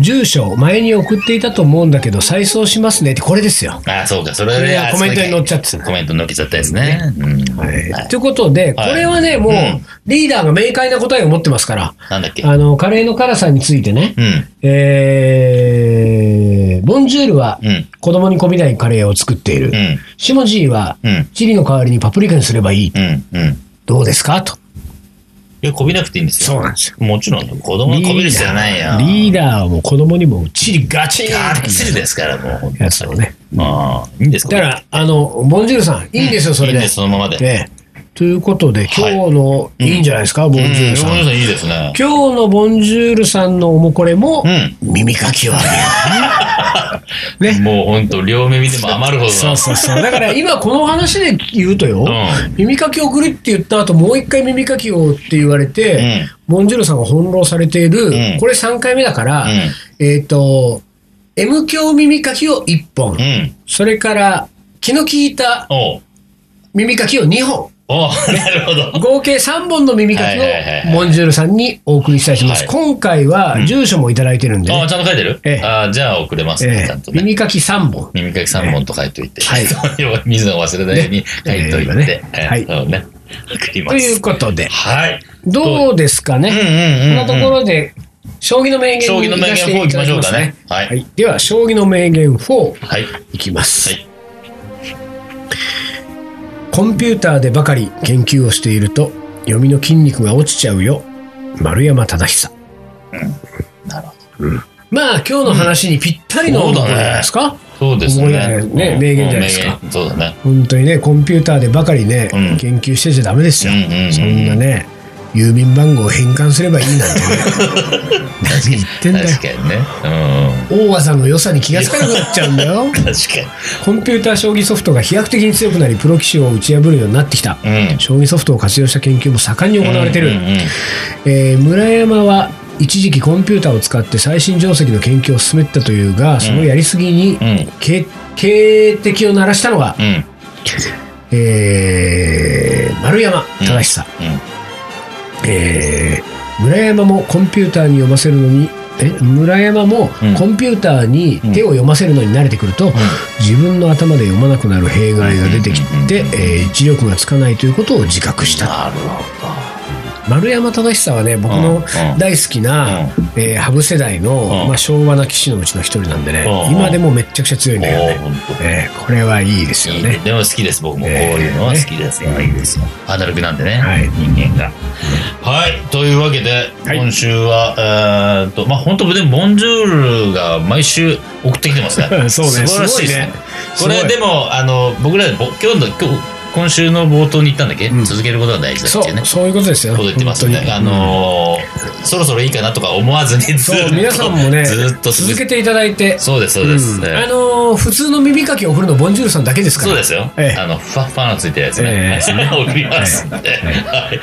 Speaker 1: 住所前に送っていたと思うんだけど再送しますねってこれですよ。
Speaker 2: あ、そうか。それ
Speaker 1: これ
Speaker 2: で
Speaker 1: が
Speaker 2: あ
Speaker 1: コメントに載っちゃって
Speaker 2: そ
Speaker 1: た
Speaker 2: れがコメントに載っけちゃったですね。うん。
Speaker 1: はい、ということで、こ
Speaker 2: はい
Speaker 1: れはね、もう、
Speaker 2: うん
Speaker 1: リーダーが明快な答えを持ってますから、
Speaker 2: なんだっけ。
Speaker 1: あの、カレーの辛さについてね、
Speaker 2: うん。
Speaker 1: えー、ボンジュールは
Speaker 2: うん。
Speaker 1: 子供にこびないカレーを作っている。
Speaker 2: うん。
Speaker 1: シモジーは
Speaker 2: うん。
Speaker 1: チリの代わりにパプリカにすればいい。
Speaker 2: うん。うん。
Speaker 1: どうですかと。
Speaker 2: いや、こびなくていいんですよ。
Speaker 1: そうなんですよ。
Speaker 2: もちろん、子供にこびる必要はないよ。
Speaker 1: リーダーはもう子供にもチリガチン
Speaker 2: がっちりですから、もう本当に。
Speaker 1: やつをね。
Speaker 2: ああ、いいんですか
Speaker 1: だから、あの、ボンジュールさん、いいんですよ、それ
Speaker 2: いい
Speaker 1: で。
Speaker 2: んですそのままで。
Speaker 1: ええということで、今
Speaker 2: はい
Speaker 1: 日の、い、いんじゃないですか、ボンジュールさん。
Speaker 2: うん、いいですね。
Speaker 1: 今日のボンジュールさんのおもこれも、
Speaker 2: うん。
Speaker 1: 耳かきをあげる。ね。
Speaker 2: もう本当両耳でも余るほど
Speaker 1: そう
Speaker 2: う。
Speaker 1: そうそう。だから今この話で言うとよ、
Speaker 2: うん
Speaker 1: 耳かきを送るって言った後、もう一回耳かきをって言われて、ボンジュールさんが翻弄されている、
Speaker 2: ん
Speaker 1: これ3回目だから、
Speaker 2: う
Speaker 1: えっ、と、M 強耳かきを1本、
Speaker 2: うん。
Speaker 1: それから気の利いた
Speaker 2: おう
Speaker 1: 耳かきを2本、
Speaker 2: おう なるほど。
Speaker 1: 合計3本の耳かき
Speaker 2: はいはいはいは
Speaker 1: を
Speaker 2: い
Speaker 1: モンジュールさんにお送りしたいと思います。
Speaker 2: はい
Speaker 1: 今回は住所もいただいてるんでね、
Speaker 2: ああ、ちゃんと書いてる
Speaker 1: ええ
Speaker 2: ああ、じゃあ送れます
Speaker 1: え
Speaker 2: ね、
Speaker 1: え
Speaker 2: ちゃんとね。
Speaker 1: 耳かき3本。
Speaker 2: 耳かき3本と書いといて。
Speaker 1: はい
Speaker 2: 水野を忘れないように書いといて。
Speaker 1: ね
Speaker 2: ええ
Speaker 1: はい
Speaker 2: そうね。送りま
Speaker 1: と
Speaker 2: す。
Speaker 1: いうことで、
Speaker 2: はい。
Speaker 1: どうですか
Speaker 2: うんう
Speaker 1: ね、
Speaker 2: んうんうん。
Speaker 1: こんなところで、将棋の名言
Speaker 2: 将棋の名言4いきましょうかね。は。
Speaker 1: はいい、では、将棋の名言4
Speaker 2: はい。
Speaker 1: いきます、
Speaker 2: はい
Speaker 1: コンピューターでばかり研究をしていると、読みの筋肉が落ちちゃうよ。丸山忠久。
Speaker 2: なるほど。
Speaker 1: まあ、今日の話にぴったりの
Speaker 2: うん
Speaker 1: ところじゃないですか、
Speaker 2: そうです
Speaker 1: 思いや
Speaker 2: ね。
Speaker 1: ね
Speaker 2: うん
Speaker 1: 名言じゃないですか。
Speaker 2: うん名言そうだね。
Speaker 1: 本当にね、コンピューターでばかりね、
Speaker 2: うん
Speaker 1: 研究してちゃダメですよ。
Speaker 2: うんうんうん
Speaker 1: そんなね、郵便番号を変換すればいいなんてね。 何言ってんだよ。
Speaker 2: 確かにね。うん。
Speaker 1: 大技の良さに気がつかなくなっちゃうんだよ。
Speaker 2: 確
Speaker 1: コンピューター将棋ソフトが飛躍的に強くなり、プロ棋士を打ち破るようになってきた。
Speaker 2: かに。うん。
Speaker 1: 将棋ソフトを活用した研究も盛んに行われてる。
Speaker 2: うんうんうん
Speaker 1: えー村山は一時期コンピューターを使って最新定石の研究を進めてたというが、そのやりすぎに、
Speaker 2: うん
Speaker 1: け警笛を鳴らしたのが、
Speaker 2: うん
Speaker 1: えー丸山忠久、
Speaker 2: うん
Speaker 1: えー村山もコンピューターに読ませるのにえ村山も
Speaker 2: うん
Speaker 1: コンピューターに手を読ませるのに慣れてくると、自分の頭で読まなくなる弊害が出てきて、えー、一力がつかないということを自覚した
Speaker 2: なるほ
Speaker 1: 丸山忠久はね僕の
Speaker 2: うん
Speaker 1: 大好きな、えー羽生世代の、
Speaker 2: うん
Speaker 1: まあ、昭和な棋士のうちの一人なんでね、
Speaker 2: うん
Speaker 1: 今でもめっちゃくちゃ強いん
Speaker 2: ど。
Speaker 1: だよ
Speaker 2: おお
Speaker 1: ね、
Speaker 2: 本
Speaker 1: えーこれはいいです
Speaker 2: 当。
Speaker 1: よ
Speaker 2: いい
Speaker 1: ね
Speaker 2: ね。でも好きです、僕も。こう
Speaker 1: ええ
Speaker 2: いうのは好きです。
Speaker 1: ね
Speaker 2: いいですよ。アナログなんでね
Speaker 1: はい、
Speaker 2: 人間が。はい、というわけで、
Speaker 1: はい。
Speaker 2: 今週は、えーっと、まあ本当、でも、ボンジュールが毎週送ってきてますね
Speaker 1: そうね
Speaker 2: 素晴らし
Speaker 1: ご
Speaker 2: いです
Speaker 1: い
Speaker 2: ね
Speaker 1: ね。
Speaker 2: これ
Speaker 1: すごい
Speaker 2: でも、あの、僕ら、ぼ今日の、今日、今週の冒頭に言ったんだっけ
Speaker 1: うん
Speaker 2: 続けることが大事だ
Speaker 1: そ
Speaker 2: っていうね
Speaker 1: う、。そういうことですよ。
Speaker 2: こと言ってますね
Speaker 1: 本。当に
Speaker 2: あのーそろそろいいかなとか思わずにずっ
Speaker 1: そう、
Speaker 2: と、
Speaker 1: 皆さんもね、
Speaker 2: ずっと
Speaker 1: 続けていただいて、
Speaker 2: そうです、そうです。
Speaker 1: うん
Speaker 2: ええ
Speaker 1: あのー普通の耳かきを送るの、ボンジュールさんだけですから。
Speaker 2: そうですよ。
Speaker 1: ええ
Speaker 2: あの、ふわっふわのついてるやつね。
Speaker 1: え
Speaker 2: 送りますんで。はい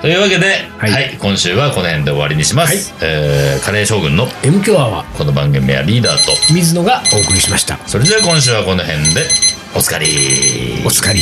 Speaker 2: というわけで、
Speaker 1: は
Speaker 2: はいい、今週はこの辺で終わりにします。えーカレー将軍の
Speaker 1: M 強アワー、
Speaker 2: この番組はリーダーと、
Speaker 1: 水野がお送りしました。
Speaker 2: それでは今週はこの辺で、おつかり
Speaker 1: お疲れ。